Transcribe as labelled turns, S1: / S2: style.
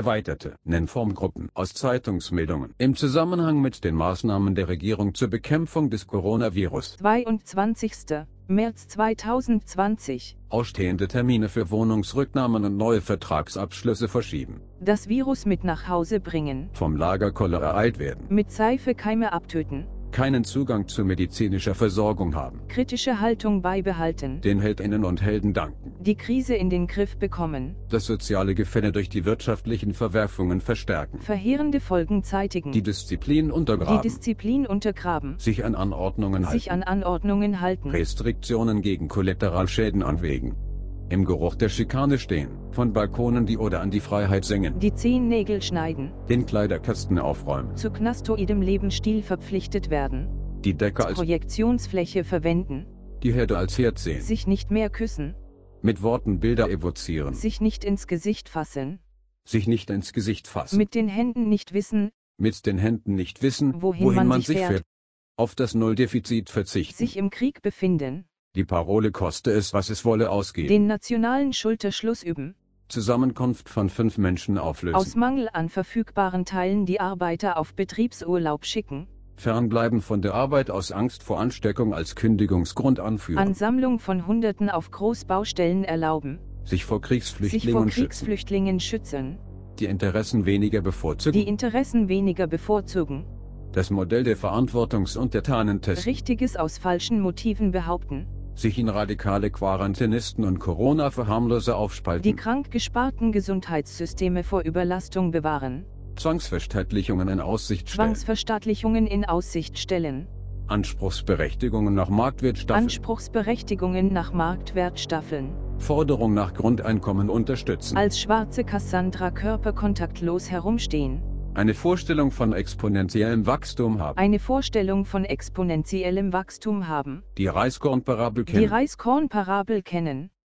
S1: erweiterte Nennformgruppen aus Zeitungsmeldungen im Zusammenhang mit den Maßnahmen der Regierung zur Bekämpfung des Coronavirus,
S2: 22. März 2020.
S1: ausstehende Termine für Wohnungsrücknahmen und neue Vertragsabschlüsse verschieben,
S2: Das Virus mit nach Hause bringen.
S1: vom Lager Cholera alt werden,
S2: Mit Seife Keime abtöten.
S1: keinen Zugang zu medizinischer Versorgung haben,
S2: Kritische Haltung beibehalten.
S1: den Heldinnen und Helden danken,
S2: Die Krise in den Griff bekommen.
S1: das soziale Gefälle durch die wirtschaftlichen Verwerfungen verstärken,
S2: Verheerende Folgen zeitigen.
S1: die Disziplin
S2: Hm. Die
S1: untergraben,
S2: Disziplin untergraben.
S1: sich an Anordnungen
S2: Sich
S1: halten.
S2: an Anordnungen halten.
S1: Restriktionen gegen Kollateralschäden anwägen. Im Geruch der Schikane stehen, von Balkonen die Ode an die Freiheit singen,
S2: Die Zehennägel schneiden.
S1: den Kleiderkasten aufräumen,
S2: Zu knastoidem Lebensstil verpflichtet werden.
S1: die Decke als
S2: Projektionsfläche verwenden.
S1: die Herde als Herd sehen,
S2: Sich nicht mehr küssen.
S1: mit Worten Bilder evozieren,
S2: Sich nicht ins Gesicht fassen.
S1: sich nicht ins Gesicht fassen,
S2: Mit den Händen nicht wissen.
S1: mit den Händen nicht wissen,
S2: Wohin man sich fährt.
S1: auf das Nulldefizit verzichten,
S2: Sich im Krieg befinden.
S1: die Parole koste es, was es wolle ausgehen,
S2: Den nationalen Schulterschluss üben.
S1: Zusammenkunft von fünf Menschen auflösen,
S2: Aus Mangel an verfügbaren Teilen die Arbeiter auf Betriebsurlaub schicken.
S1: Fernbleiben von der Arbeit aus Angst vor Ansteckung als Kündigungsgrund anführen.
S2: Ansammlung von Hunderten auf Großbaustellen erlauben.
S1: sich vor
S2: sich vor
S1: Kriegsflüchtlingen schützen,
S2: Kriegsflüchtlingen schützen.
S1: die Interessen weniger
S2: Die
S1: bevorzugen,
S2: Interessen weniger bevorzugen.
S1: das Modell der Verantwortungs- und der Tarnentests,
S2: Richtiges aus falschen Motiven behaupten.
S1: sich in radikale Quarantänisten und Corona-Verharmloser
S2: Die
S1: aufspalten,
S2: krank gesparten Gesundheitssysteme vor Überlastung bewahren.
S1: Zwangsverstaatlichungen in Aussicht stellen,
S2: Zwangsverstaatlichungen in Aussicht stellen.
S1: Anspruchsberechtigungen nach Marktwertstaffeln,
S2: Anspruchsberechtigungen nach Marktwert staffeln.
S1: Forderung nach Grundeinkommen unterstützen,
S2: Als schwarze Cassandra Körper kontaktlos herumstehen.
S1: eine Vorstellung von exponentiellem Wachstum haben,
S2: Eine Vorstellung von exponentiellem Wachstum haben.
S1: die Reiskornparabel
S2: Die
S1: kennen,
S2: Reiskornparabel kennen.